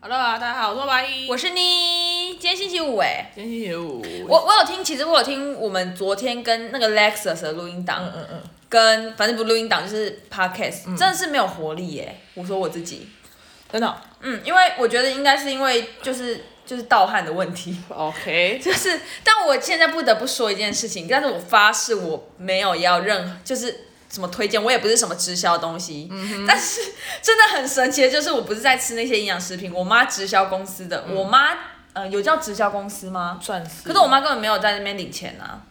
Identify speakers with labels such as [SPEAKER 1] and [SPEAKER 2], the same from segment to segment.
[SPEAKER 1] Hello 啊，大家好，我是八一，
[SPEAKER 2] 我是妮，今天星期五哎，
[SPEAKER 1] 今天有我，
[SPEAKER 2] 我我有听，其实我有听我们昨天跟那个 Lexus 的录音档，
[SPEAKER 1] 嗯嗯，
[SPEAKER 2] 跟反正不录音档就是 Podcast，、真的是没有活力耶。我说我自己，
[SPEAKER 1] 真的哦
[SPEAKER 2] 嗯，因为我觉得应该是因为就是就是盗汗的问题，
[SPEAKER 1] OK，
[SPEAKER 2] 就是，但我现在不得不说一件事情，但是我发誓我没有要任就是什么推荐，我也不是什么直销的东西，
[SPEAKER 1] 嗯
[SPEAKER 2] 但是真的很神奇的就是，我不是在吃那些营养食品，我妈直销公司
[SPEAKER 1] 嗯
[SPEAKER 2] 的，我妈呃有叫直销公司吗？
[SPEAKER 1] 算是。
[SPEAKER 2] 可是我妈根本没有在那边领钱啊，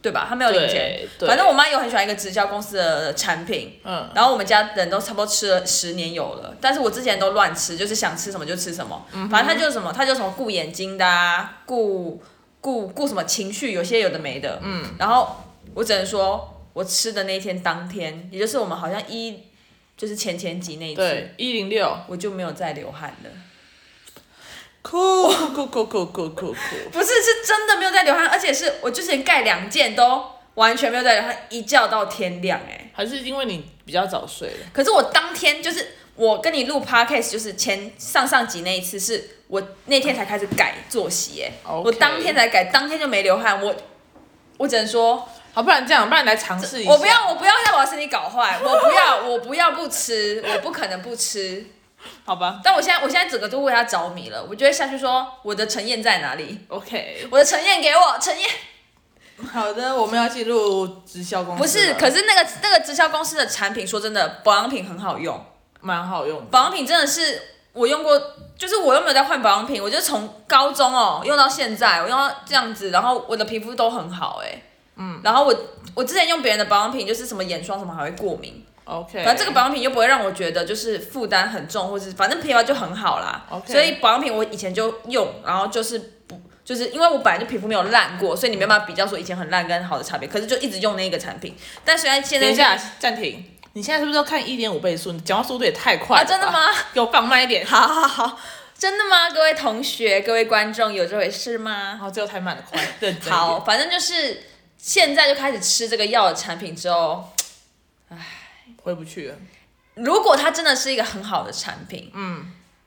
[SPEAKER 2] 对吧？她没有领钱
[SPEAKER 1] 对，对
[SPEAKER 2] 反正我妈有很喜欢一个直销公司的产品，
[SPEAKER 1] 嗯，
[SPEAKER 2] 然后我们家人都差不多吃了十年有了，但是我之前都乱吃，就是想吃什么就吃什么，
[SPEAKER 1] 嗯
[SPEAKER 2] 反正它就是什么，它就什么顾眼睛的、啊，顾顾顾什么情绪，有些有的没的，嗯，然后我只能说，我吃的那一天当天，也就是我们好像一就是前前集那一次，
[SPEAKER 1] 对，一零六，
[SPEAKER 2] 我就没有再流汗了。
[SPEAKER 1] 酷酷酷酷酷酷酷，
[SPEAKER 2] 不是，是真的没有在流汗，而且是我之前盖两件都完全没有在流汗，一觉到天亮哎、
[SPEAKER 1] 还是因为你比较早睡了，
[SPEAKER 2] 可是我当天就是我跟你录 podcast，就是前上上集那一次，是我那天才开始改作息哎
[SPEAKER 1] OK
[SPEAKER 2] 我当天才改，当天就没流汗，我我只能说，
[SPEAKER 1] 好，不然这样，不然你来尝试一下，
[SPEAKER 2] 我不，要我不要让我的身体搞坏， 我不要我不要不吃，我不可能不吃。
[SPEAKER 1] 好吧
[SPEAKER 2] 但我现在我现在整个都为他着迷了，我就会下去说我的陈燕在哪里，
[SPEAKER 1] ？OK，
[SPEAKER 2] 我的陈燕给我陈燕。
[SPEAKER 1] 好的，我们要进入直销公司，
[SPEAKER 2] 不是，可是那个那个直销公司的产品，说真的，保养品很好用，
[SPEAKER 1] 蛮好用的，
[SPEAKER 2] 保养品真的是我用过，就是我又没有在换保养品，我就从高中哦用到现在，我用到这样子，然后我的皮肤都很好哎、嗯，然后我我之前用别人的保养品，就是什么眼霜什么还会过敏，
[SPEAKER 1] OK，
[SPEAKER 2] 反正这个保养品又不会让我觉得就是负担很重，或是反正皮肤就很好啦。
[SPEAKER 1] OK
[SPEAKER 2] 所以保养品我以前就用，然后就是不就是因为我本来就皮肤没有烂过，所以你没办法比较说以前很烂跟好的差别。可是就一直用那个产品，但虽然现在啊
[SPEAKER 1] 等一下暂停，你现在是不是要看一点五倍速？你讲话速度也太快
[SPEAKER 2] 啊，
[SPEAKER 1] 了，
[SPEAKER 2] 真的？吗？
[SPEAKER 1] 给我放慢一点，
[SPEAKER 2] 好好好，真的吗？各位同学、各位观众，有这回事吗？
[SPEAKER 1] 然后最后太慢了，快，认真一点
[SPEAKER 2] 好，反正就是现在就开始吃这个药的产品之后，
[SPEAKER 1] 回不去了。
[SPEAKER 2] 如果它真的是一个很好的产品，嗯，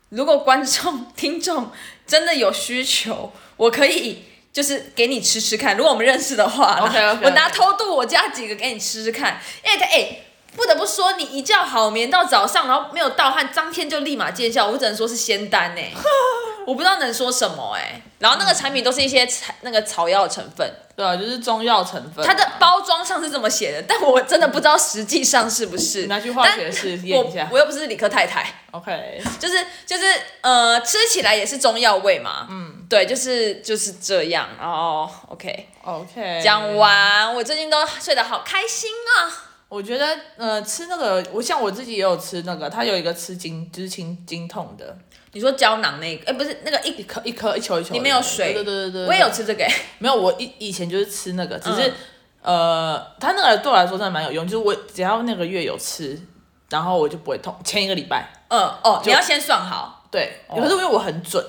[SPEAKER 2] 如果观众、听众真的有需求，我可以就是给你吃吃看。如果我们认识的话啦
[SPEAKER 1] OK，OK，OK
[SPEAKER 2] 我拿偷渡我家几个给你吃吃看。哎、哎、不得不说，你一觉好眠到早上，然后没有盗汗，当天就立马见效。我只能说是仙丹呢、哎 我不知道能说什么哎、然后那个产品都是一些草那个草药的成分，
[SPEAKER 1] 对啊，就是中药成分。
[SPEAKER 2] 它的包装上是这么写的，但我真的不知道实际上是不是。
[SPEAKER 1] 拿去化学室验一
[SPEAKER 2] 我
[SPEAKER 1] 下
[SPEAKER 2] 我又不是理科太太，
[SPEAKER 1] OK，
[SPEAKER 2] 就是就是呃，吃起来也是中药味嘛。嗯，对，就是就是这样。哦，OK，
[SPEAKER 1] 哎 OK，
[SPEAKER 2] 讲完，我最近都睡得好开心啊。
[SPEAKER 1] 我觉得呃，吃那个，我像我自己也有吃那个，它有一个吃经就是经经痛的，
[SPEAKER 2] 你说胶囊那个，哎，不是那个一，
[SPEAKER 1] 一颗一颗一球一球的。
[SPEAKER 2] 里面有水
[SPEAKER 1] 对对对对对。
[SPEAKER 2] 我也有吃这个，哎
[SPEAKER 1] 没有，我以以前就是吃那个，只是、
[SPEAKER 2] 嗯
[SPEAKER 1] 呃，它那个对我来说真的蛮有用，就是我只要那个月有吃，然后我就不会痛，前一个礼拜。
[SPEAKER 2] 嗯哦，你要先算好。
[SPEAKER 1] 对，
[SPEAKER 2] 哦
[SPEAKER 1] 可是因为我很准，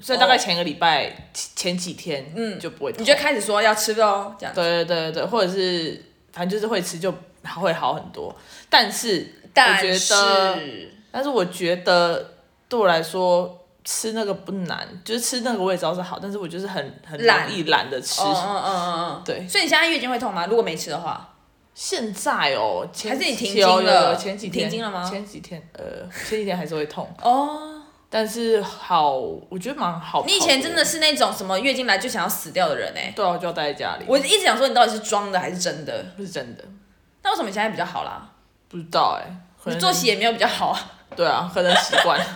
[SPEAKER 1] 所以大
[SPEAKER 2] 哦
[SPEAKER 1] 概前一个礼拜、前前几天嗯就不会痛。
[SPEAKER 2] 你就开始说要吃喽，这样。
[SPEAKER 1] 对对对对，或者是反正就是会吃就会好很多。但是我
[SPEAKER 2] 但
[SPEAKER 1] 觉
[SPEAKER 2] 是哦
[SPEAKER 1] 得，但是我觉得对我来说吃那个不难，就是吃那个我也知道是好，但是我就是很很
[SPEAKER 2] 懒
[SPEAKER 1] 容易懒得吃。
[SPEAKER 2] 哦嗯嗯嗯嗯，
[SPEAKER 1] 对
[SPEAKER 2] 所以你现在月经会痛吗？如果没吃的话，
[SPEAKER 1] 现在哦，前
[SPEAKER 2] 还是你停
[SPEAKER 1] 有
[SPEAKER 2] 经了
[SPEAKER 1] 有有前几天
[SPEAKER 2] 停经了吗
[SPEAKER 1] 前几天呃，前几天还是会痛，
[SPEAKER 2] 哦，
[SPEAKER 1] 但是好，我觉得蛮好。
[SPEAKER 2] 你以前真的是那种什么月经来就想要死掉的人哎、
[SPEAKER 1] 对啊，我就要待在家里，
[SPEAKER 2] 我一直想说你到底是装的还是真的？
[SPEAKER 1] 不是真的，
[SPEAKER 2] 那为什么你现在比较好啦？
[SPEAKER 1] 不知道哎、可
[SPEAKER 2] 你
[SPEAKER 1] 能
[SPEAKER 2] 作息也没有比较好 啊，
[SPEAKER 1] 对啊，可能习惯。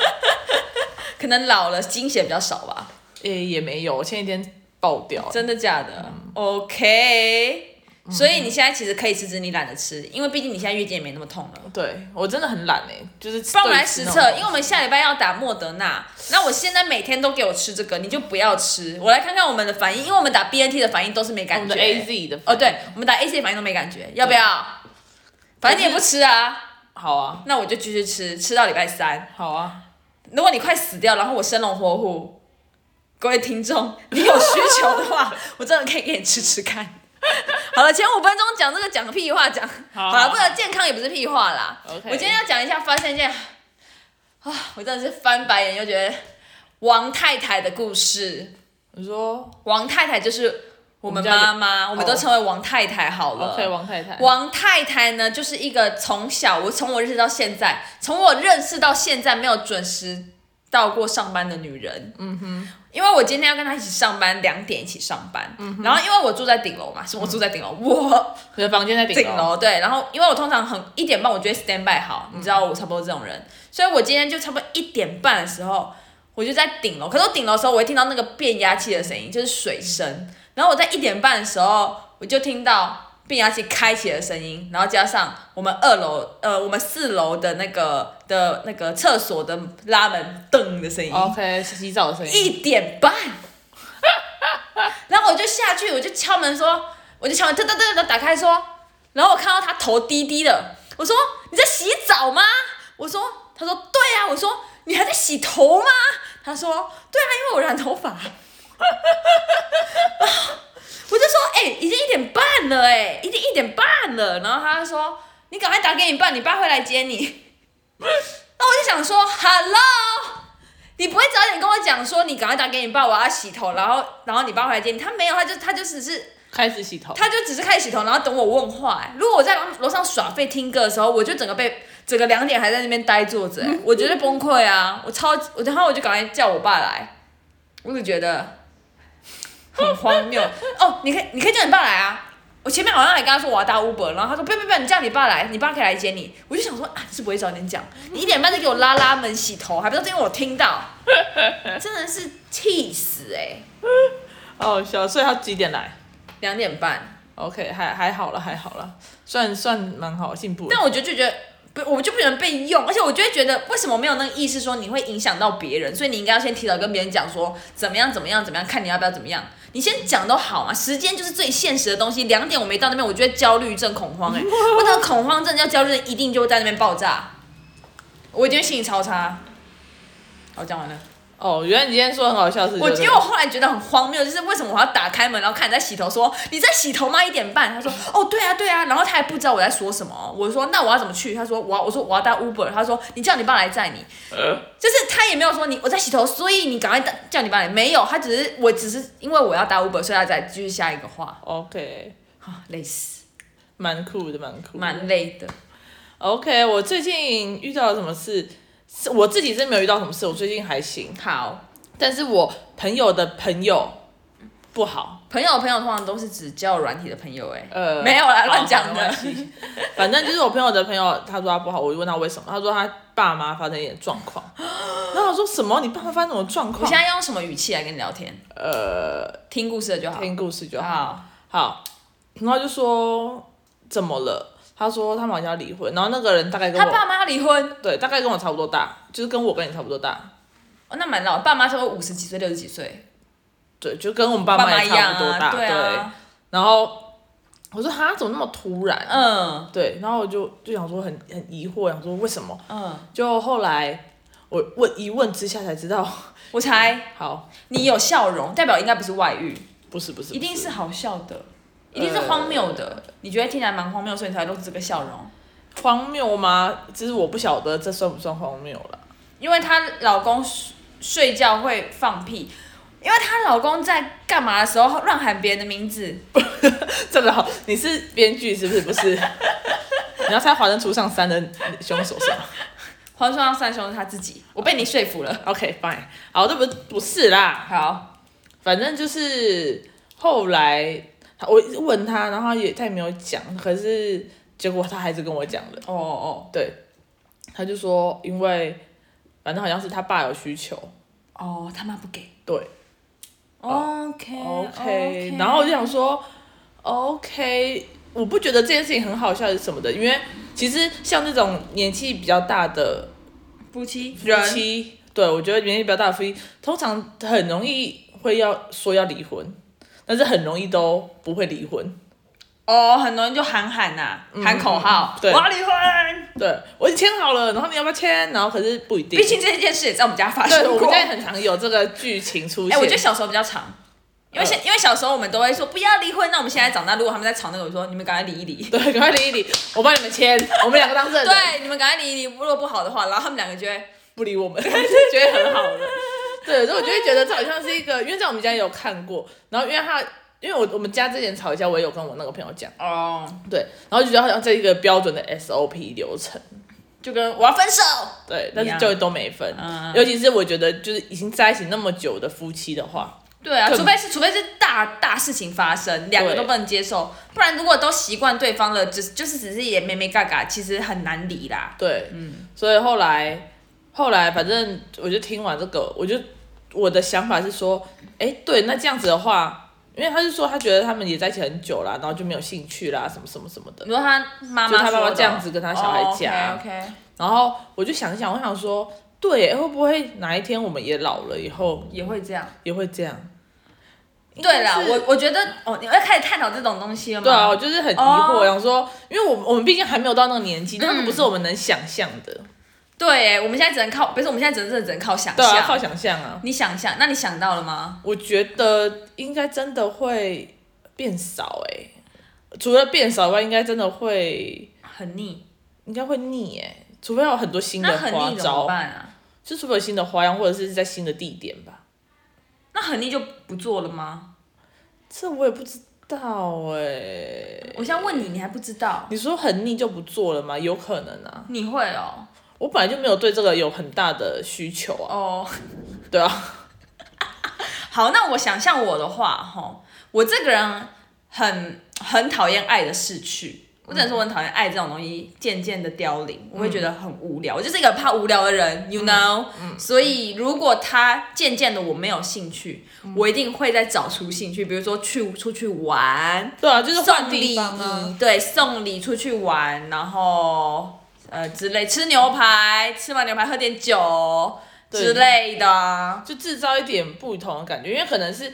[SPEAKER 2] 可能老了经血比较少吧？
[SPEAKER 1] 诶、也没有，我前几天爆掉。
[SPEAKER 2] 真的假的、o
[SPEAKER 1] 嗯
[SPEAKER 2] k 所以你现在其实可以吃，只是你懒得吃，因为毕竟你现在月经也没那么痛了。
[SPEAKER 1] 对我真的很懒哎、就是
[SPEAKER 2] 不然我
[SPEAKER 1] 对
[SPEAKER 2] 们来
[SPEAKER 1] 吃
[SPEAKER 2] 实
[SPEAKER 1] 那
[SPEAKER 2] 测，
[SPEAKER 1] 种
[SPEAKER 2] 因为我们下礼拜要打莫德纳，那我现在每天都给我吃这个，你就不要吃。我来看看我们的反应，因为我们打 BNT 的反应都是没
[SPEAKER 1] 我
[SPEAKER 2] 感
[SPEAKER 1] 们
[SPEAKER 2] 觉。
[SPEAKER 1] 的 A Z 的
[SPEAKER 2] 哦，对，我们打 AC 的反应都没感觉，要不要？反正你也不吃啊，
[SPEAKER 1] 好啊，
[SPEAKER 2] 那我就继续吃，吃到礼拜三。
[SPEAKER 1] 好啊，
[SPEAKER 2] 如果你快死掉，然后我生龙活虎，各位听众，你有需求的 话，我真的可以给你吃吃看。好了，前五分钟讲这个讲屁话讲，
[SPEAKER 1] 好
[SPEAKER 2] 了，
[SPEAKER 1] 好
[SPEAKER 2] 不然健康也不是屁话啦。
[SPEAKER 1] OK
[SPEAKER 2] 我今天要讲一下，发现一件，啊，我真的是翻白眼又觉得王太太的故事。
[SPEAKER 1] 你说
[SPEAKER 2] 王太太就是我
[SPEAKER 1] 我
[SPEAKER 2] 们
[SPEAKER 1] 们家
[SPEAKER 2] 妈妈，我们都
[SPEAKER 1] 哦
[SPEAKER 2] 称为王太太好了。
[SPEAKER 1] OK 王太太，
[SPEAKER 2] 王太太呢，就是一个从小我从我认识到现在，从我认识到现在没有准时到过上班的女人。嗯哼，因为我今天要跟她一起上班，两点一起上班。嗯然后因为我住在顶楼嘛，是我住在顶楼，我
[SPEAKER 1] 你的房间在顶
[SPEAKER 2] 顶楼哦对。然后因为我通常很一点半，我就会 stand by 好，你知道我差不多这种人，所以我今天就差不多一点半的时候，我就在顶楼。可是我顶楼的时候，我会听到那个变压器的声音，就是水声。然后我在一点半的时候，我就听到变压器开启的声音，然后加上我们二楼呃我们四楼的那个的那个厕所的拉门噔的声音。
[SPEAKER 1] OK 洗澡的声音，
[SPEAKER 2] 一点半，然后我就下去，我就敲门说，我就敲门，噔噔噔，然后打开说，然后我看到他头低低的，我说你在洗澡吗？我说，他说对啊，我说你还在洗头吗？他说对啊，因为我染头发。 我就说，哎、已经一点半了、哎，已经一点半了。然后他就说，你赶快打给你爸，你爸会来接你。那我就想说，Hello，你不会早点跟我讲说你赶快打给你爸，我要洗头，然后然后你爸回来接你。他没有，他就他就只是
[SPEAKER 1] 开始洗头，
[SPEAKER 2] 他就只是开始洗头，然后等我问话、哎如果我在楼上耍废听歌的时候，我就整个被整个两点还在那边呆坐着、哎我绝对崩溃啊！我超我然后我就赶快叫我爸来，我就觉得很荒谬哦。你可以你可以叫你爸来啊。我前面好像还跟他说我要搭 Uber，然后他说不要不要不要，你叫你爸来，你爸可以来接你。我就想说啊，你是不会早点讲，你一点半就给我拉拉门洗头，还不知道因为我听到，真的是气死哎、
[SPEAKER 1] 好好哦笑。所以他几点来
[SPEAKER 2] 两点半，
[SPEAKER 1] ？OK 还还好了，还好了，算算蛮好，进步了
[SPEAKER 2] 但。我觉得就觉得不，我就不能被用，而且我就会觉得为什么没有那个意识说你会影响到别人，所以你应该要先提早跟别人讲说怎么样怎么样怎么样，看你要不要怎么样，你先讲都好嘛。时间就是最现实的东西，两点我没到那边，我就会焦虑症恐慌哎、我那个恐慌症叫焦虑症一定就会在那边爆炸，我一定会心理超差。好，讲完了。
[SPEAKER 1] 哦，原来你今天说很好笑的事情。
[SPEAKER 2] 我
[SPEAKER 1] 对不
[SPEAKER 2] 因
[SPEAKER 1] 对
[SPEAKER 2] 为我后来觉得很荒谬，就是为什么我要打开门，然后看你在洗头说，你在洗头吗？一点半，他说哦对啊对啊，然后他还不知道我在说什么，我说那我要怎么去？他说我要我说我要搭 Uber，他说你叫你爸来载你，就是他也没有说你我在洗头，所以你赶快搭叫你爸来，没有，他只是我只是因为我要搭 Uber，所以他再继续下一个话，
[SPEAKER 1] OK，
[SPEAKER 2] 啊累死，
[SPEAKER 1] 蛮酷的，蛮酷的。
[SPEAKER 2] 蛮累的，
[SPEAKER 1] OK，我最近遇到了什么事？是我自己是没有遇到什么事，我最近还行。
[SPEAKER 2] 好。
[SPEAKER 1] 但是我朋友的朋友不好，
[SPEAKER 2] 朋友的朋友通常都是只交友软体的朋友、哎、
[SPEAKER 1] 呃，
[SPEAKER 2] 没有啦，
[SPEAKER 1] 好
[SPEAKER 2] 乱 讲
[SPEAKER 1] 没
[SPEAKER 2] 的
[SPEAKER 1] 关。系 反正就是我朋友的朋友，他说他不好，我就问他为什么，他说他爸妈发生一点状 况。然后我说什么？你爸妈发生什么状
[SPEAKER 2] 我
[SPEAKER 1] 况
[SPEAKER 2] 现？在用什么语气来跟你聊天？呃，听故事的就好。
[SPEAKER 1] 听故事就好。
[SPEAKER 2] 好，
[SPEAKER 1] 好，然后就说怎么了？他说他们好像要离婚，然后那个人大概跟
[SPEAKER 2] 他
[SPEAKER 1] 我
[SPEAKER 2] 爸妈离婚，
[SPEAKER 1] 对大概跟我差不多大，就是跟我跟你差不多大，
[SPEAKER 2] 哦，那蛮老，爸妈差不多五十几岁、六十几岁，
[SPEAKER 1] 对，就跟我们爸妈
[SPEAKER 2] 妈
[SPEAKER 1] 也
[SPEAKER 2] 一
[SPEAKER 1] 差
[SPEAKER 2] 样
[SPEAKER 1] 不多大，
[SPEAKER 2] 啊，对啊，
[SPEAKER 1] 然后我说哈，怎么那么突然？
[SPEAKER 2] 嗯
[SPEAKER 1] 对，然后我就就想说很很疑惑，想说为什么？
[SPEAKER 2] 嗯，
[SPEAKER 1] 就后来我问一问之下才知道，
[SPEAKER 2] 我猜
[SPEAKER 1] 好，
[SPEAKER 2] 你有笑容，代表应该不是外遇，
[SPEAKER 1] 不是不是，呃
[SPEAKER 2] 一定
[SPEAKER 1] 不
[SPEAKER 2] 是好笑的，一定是荒谬的，你觉得听起来蛮荒谬，所以你才露出这个笑容。
[SPEAKER 1] 荒谬吗？其实我不晓得这算不算荒谬了。
[SPEAKER 2] 因为她老公睡睡觉会放屁，因为她老公在干嘛的时候乱喊别人的名字，
[SPEAKER 1] 这个好，你是编剧是不是？不是， 你要猜《华灯初上三》的凶手是吗
[SPEAKER 2] 黄双三雄是他自己，我被你说服了。
[SPEAKER 1] ？OK fine，好，这不不是啦，
[SPEAKER 2] 好，
[SPEAKER 1] 反正就是后来我一直问他，然后他也他也没有讲，可是结果他还是跟我讲了。
[SPEAKER 2] 哦哦
[SPEAKER 1] 对，他就说因为反正好像是他爸有需求，
[SPEAKER 2] 哦，他妈不给。
[SPEAKER 1] 对
[SPEAKER 2] 哦 OK
[SPEAKER 1] 哦，OK，然后我就想说，OK，我不觉得这件事情很好笑是什么的，因为其实像这种年纪比较大的
[SPEAKER 2] 夫妻
[SPEAKER 1] 夫妻，对我觉得年纪比较大的夫妻，通常很容易会要说要离婚，但是很容易都不会离婚。
[SPEAKER 2] 哦，很多人就喊喊呐、喊口号，
[SPEAKER 1] 对
[SPEAKER 2] 我要离婚。
[SPEAKER 1] 对我已经签好了，然后你要不要签？然后可是不一定
[SPEAKER 2] 毕。竟这件事也在我们家发生
[SPEAKER 1] 对，我
[SPEAKER 2] 过。
[SPEAKER 1] 们现在
[SPEAKER 2] 哎、
[SPEAKER 1] 很常有这个剧情出现。
[SPEAKER 2] 我觉得小时候比较长，因为现、因为小时候我们都会说不要离婚。那我们现在长大，如果他们在吵那个，我说你们赶快离一 离。
[SPEAKER 1] 对，赶快离一离，我帮你们签，我们两个当事人。
[SPEAKER 2] 对，你们赶快离一离。如果不好的话，然后他们两个就会
[SPEAKER 1] 不理我们，就觉得很好了。对，对，所以我就会觉得这好像是一个，因为在我们家也有看过，然后因为他。因为我我们家之前吵架，我也有跟我那个朋友讲，
[SPEAKER 2] 哦，
[SPEAKER 1] 对，然后就觉得好像这一个标准的 SOP 流程，
[SPEAKER 2] 就跟我要分手，
[SPEAKER 1] 对，但
[SPEAKER 2] 一
[SPEAKER 1] 是
[SPEAKER 2] 样
[SPEAKER 1] 就都没分，
[SPEAKER 2] 嗯
[SPEAKER 1] 尤其是我觉得就是已经在一起那么久的夫妻的话，
[SPEAKER 2] 对啊，
[SPEAKER 1] 更
[SPEAKER 2] 除非是除非是大大事情发生，两个
[SPEAKER 1] 对
[SPEAKER 2] 都不能接受，不然如果都习惯对方了，就是就是只是也没没嘎嘎，其实很难离啦。
[SPEAKER 1] 对，
[SPEAKER 2] 嗯
[SPEAKER 1] 所以后来后来反正我就听完这个，我就我的想法是说，哎、对，那这样子的话，因为他是说他觉得他们也在一起很久啦，然后就没有兴趣啦，什么什么什么的
[SPEAKER 2] 你，说他妈
[SPEAKER 1] 就
[SPEAKER 2] 妈
[SPEAKER 1] 他爸爸
[SPEAKER 2] 说的
[SPEAKER 1] 这样子跟他小孩讲
[SPEAKER 2] 哦、，OK OK，
[SPEAKER 1] 然后我就想一想，我想说，对，会不会哪一天我们也老了以后
[SPEAKER 2] 也会这样。
[SPEAKER 1] 也会这样？
[SPEAKER 2] 对啦，
[SPEAKER 1] 应该是
[SPEAKER 2] 我我觉得哦，你要开始探讨这种东西了吗？
[SPEAKER 1] 对啊，我就是很疑惑，
[SPEAKER 2] 哦嗯
[SPEAKER 1] 想说，因为我们我们毕竟还没有到那个年纪，那个不是我们能想象的，
[SPEAKER 2] 对耶，我们现在只能靠，不是我们现在真的只能靠想
[SPEAKER 1] 对
[SPEAKER 2] 象。
[SPEAKER 1] 啊，靠想象啊。
[SPEAKER 2] 你想象，那你想到了吗？
[SPEAKER 1] 我觉得应该真的会变少哎、除了变少以外，应该真的会
[SPEAKER 2] 很腻，
[SPEAKER 1] 应该会腻哎、除非有很多新
[SPEAKER 2] 那
[SPEAKER 1] 的
[SPEAKER 2] 很
[SPEAKER 1] 花
[SPEAKER 2] 腻怎么
[SPEAKER 1] 招，
[SPEAKER 2] 办啊？
[SPEAKER 1] 就除非有新的花样，或者是在新的地点吧。
[SPEAKER 2] 那很腻就不做了吗？
[SPEAKER 1] 这我也不知道哎、
[SPEAKER 2] 我现在问你，你还不知道？
[SPEAKER 1] 你说很腻就不做了吗？有可能啊，
[SPEAKER 2] 你会哦，
[SPEAKER 1] 我本来就没有对这个有很大的需求啊。
[SPEAKER 2] 哦，
[SPEAKER 1] 对啊，
[SPEAKER 2] 好，那我想象我的话，吼，我这个人很很讨厌爱的逝去。我只能说，我很讨厌爱这种东西渐渐的凋零，我会觉得很无聊。我就是一个很怕无聊的人，you know、所以如果他渐渐的我没有兴趣，我一定会再找出兴趣，比如说去出去玩，
[SPEAKER 1] 对啊，就是换
[SPEAKER 2] 送
[SPEAKER 1] 地
[SPEAKER 2] 礼
[SPEAKER 1] 方啊。，
[SPEAKER 2] 对，送礼出去玩，然后呃之类，吃牛排，吃完牛排喝点酒
[SPEAKER 1] 对
[SPEAKER 2] 之类的。啊
[SPEAKER 1] 就制造一点不同的感觉，因为可能是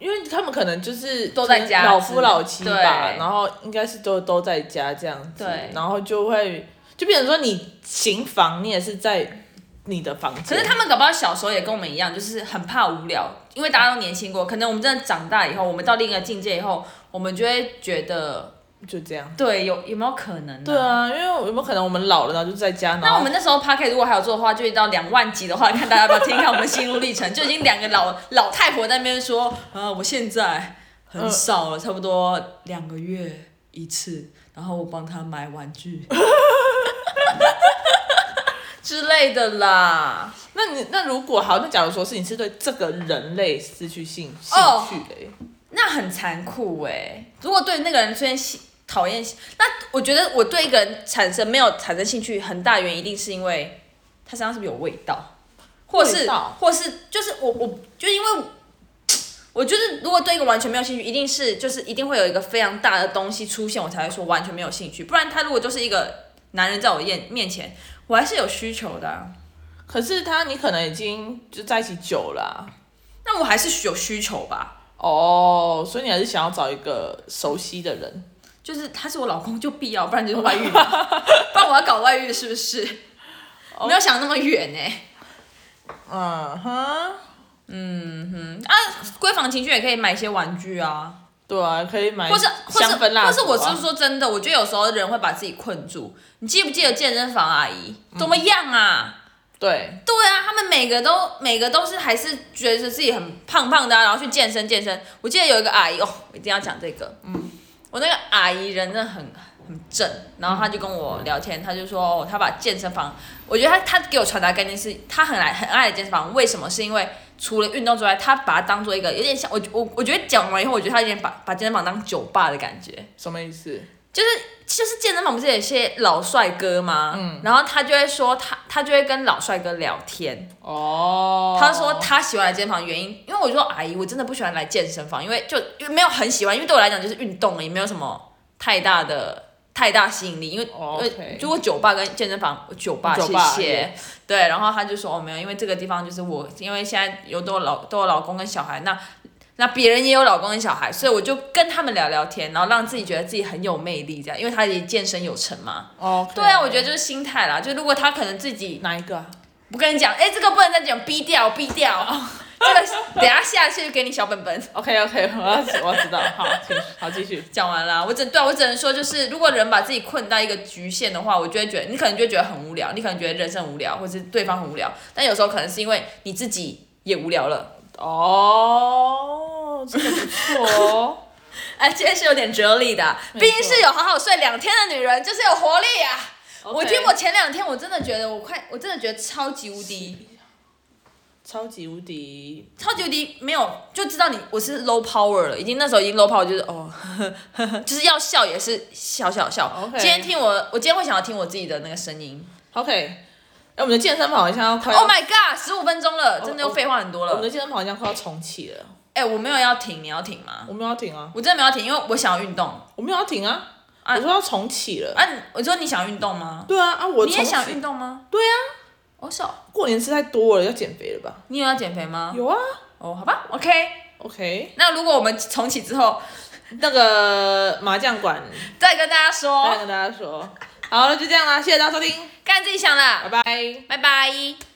[SPEAKER 1] 因为他们可能就是
[SPEAKER 2] 都在家
[SPEAKER 1] 老夫老妻
[SPEAKER 2] 对
[SPEAKER 1] 吧，然后应该是都都在家这样子
[SPEAKER 2] 对，
[SPEAKER 1] 然后就会就变成说你行房，你也是在你的房间，
[SPEAKER 2] 可是他们搞不好小时候也跟我们一样，就是很怕无聊，因为大家都年轻过。可能我们真的长大以后，我们到另一个境界以后，我们就会觉得，
[SPEAKER 1] 就这样。
[SPEAKER 2] 对，有有没有可能、
[SPEAKER 1] 对。啊，因为有没有可能我们老了，然后就在家，然
[SPEAKER 2] 那我
[SPEAKER 1] 后
[SPEAKER 2] 们那时候 p a r k 如果还有做的话，就到两万集的话，看大家要不要听看我们心路历程。就已经两个老老太婆在那边说，啊，我现在很少了，差不多两个月一次，然后我帮她买玩具 之类的啦。
[SPEAKER 1] 那你那如果好，那假如说是你是对这个人类失去兴兴
[SPEAKER 2] 哦
[SPEAKER 1] 趣的、欸
[SPEAKER 2] 那很残酷哎、如果对那个人出现兴讨厌兴，那我觉得我对一个人产生没有产生兴趣，很大原因一定是因为他身上是不是有味道，或
[SPEAKER 1] 味
[SPEAKER 2] 是
[SPEAKER 1] 道
[SPEAKER 2] 或是就是我我就因为。我就是，如果对一个完全没有兴趣，一定是就是一定会有一个非常大的东西出现，我才会说完全没有兴趣。不然他如果就是一个男人在我面面前，我还是有需求的啊、
[SPEAKER 1] 可是他你可能已经就在一起久了啊、
[SPEAKER 2] 那我还是有需求吧。
[SPEAKER 1] 哦，所以你还是想要找一个熟悉的人。
[SPEAKER 2] 就是他是我老公就必要，不然就是外遇嘛，不然我要搞外遇是不是？没有想那么远呢、欸
[SPEAKER 1] 嗯哼，
[SPEAKER 2] 嗯啊闺房情趣也可以买一些玩具啊，
[SPEAKER 1] 对啊，可以买
[SPEAKER 2] 或是或是
[SPEAKER 1] 香氛蜡烛、啊，
[SPEAKER 2] 或是我是说真的，我觉得有时候人会把自己困住。你记不记得健身房阿姨怎么样啊？
[SPEAKER 1] 对
[SPEAKER 2] 对啊，他们每个都每个都是还是觉得自己很胖胖的、啊，然后去健身健身。我记得有一个阿姨哦，我一定要讲这个，嗯，我那个阿姨人真的很很正，然后她就跟我聊天，她就说、哦、她把健身房，我觉得她她给我传达概念是她很爱很爱健身房，为什么？是因为除了运动之外，她把它当做一个有点像我我我觉得讲完以后，我觉得她有点把把健身房当酒吧的感觉，
[SPEAKER 1] 什么意思？
[SPEAKER 2] 就是就是健身房不是有一些老帅哥吗？嗯，然后她就会说她她就会跟老帅哥聊天。
[SPEAKER 1] 哦，
[SPEAKER 2] 他说他喜欢来健身房的原因，因为我就说阿姨，我真的不喜欢来健身房，因为就因为没有很喜欢，因为对我来讲就是运动而已，没有什么太大的太大吸引力，因为
[SPEAKER 1] 哦
[SPEAKER 2] 因为
[SPEAKER 1] OK
[SPEAKER 2] 如果酒吧跟健身房，酒吧
[SPEAKER 1] 酒
[SPEAKER 2] 谢
[SPEAKER 1] 吧
[SPEAKER 2] 谢，对，然后他就说哦没有，因为这个地方就是我，因为现在有都有老都有老公跟小孩，那那别人也有老公跟小孩，所以我就跟他们聊聊天，然后让自己觉得自己很有魅力，这样，因为他也健身有成嘛。
[SPEAKER 1] 哦，
[SPEAKER 2] 对啊，我觉得就是心态啦，就如果他可能自己
[SPEAKER 1] 哪一个啊？
[SPEAKER 2] 我跟你讲，哎、这个不能再讲，逼掉，逼 掉。这个等一下下去就给你小本本。
[SPEAKER 1] ？OK OK，我 要知我要知道，好，请好继续。
[SPEAKER 2] 讲完啦，我只对我只能说，就是如果人把自己困到一个局限的话，我就会觉得你可能就会觉得很无聊，你可能觉得人生很无聊，或是对方很无聊。但有时候可能是因为你自己也无聊了。
[SPEAKER 1] 哦，这个不错哦。
[SPEAKER 2] 哎，今天是有点哲理的，
[SPEAKER 1] 没
[SPEAKER 2] 毕
[SPEAKER 1] 错
[SPEAKER 2] 竟是有好好睡两天的女人，就是有活力啊。我
[SPEAKER 1] OK
[SPEAKER 2] 听我前两天，我真的觉得我快，我真的觉得超级无敌，
[SPEAKER 1] 超级无敌
[SPEAKER 2] 超级无敌没有就知道你我是 low power 了，已经那时候已经 low power 就是哦， 呵呵就是要笑也是笑笑笑。
[SPEAKER 1] OK
[SPEAKER 2] 今天听我，我今天会想要听我自己的那个声音。
[SPEAKER 1] OK，哎、我们的健身房好像要快要
[SPEAKER 2] Oh my god，十五分钟了，真的又
[SPEAKER 1] 哦
[SPEAKER 2] 废话很多
[SPEAKER 1] 我们
[SPEAKER 2] 了
[SPEAKER 1] 的。健身房好像快要重启了，
[SPEAKER 2] 哎、我没有要停，你要停吗？
[SPEAKER 1] 我没有要停啊，
[SPEAKER 2] 我真的没有要停，因为我想要运动。
[SPEAKER 1] 我没有要停啊，
[SPEAKER 2] 啊
[SPEAKER 1] 我说要重启了。
[SPEAKER 2] 啊，你我说你想运动吗？
[SPEAKER 1] 对啊啊，我
[SPEAKER 2] 你
[SPEAKER 1] 重
[SPEAKER 2] 也
[SPEAKER 1] 启
[SPEAKER 2] 想运动吗？
[SPEAKER 1] 对啊，
[SPEAKER 2] 我手，
[SPEAKER 1] 过年吃太多了，要减肥了吧？
[SPEAKER 2] 你有要减肥吗？
[SPEAKER 1] 有啊
[SPEAKER 2] 哦，好吧，OK。
[SPEAKER 1] ，OK，
[SPEAKER 2] 那如果我们重启之后，
[SPEAKER 1] 那个麻将馆
[SPEAKER 2] 再跟大家
[SPEAKER 1] 再
[SPEAKER 2] 说，
[SPEAKER 1] 跟大家说，好了，就这样啦，谢谢大家收听，
[SPEAKER 2] 干自己想啦，
[SPEAKER 1] 拜拜。
[SPEAKER 2] 拜拜。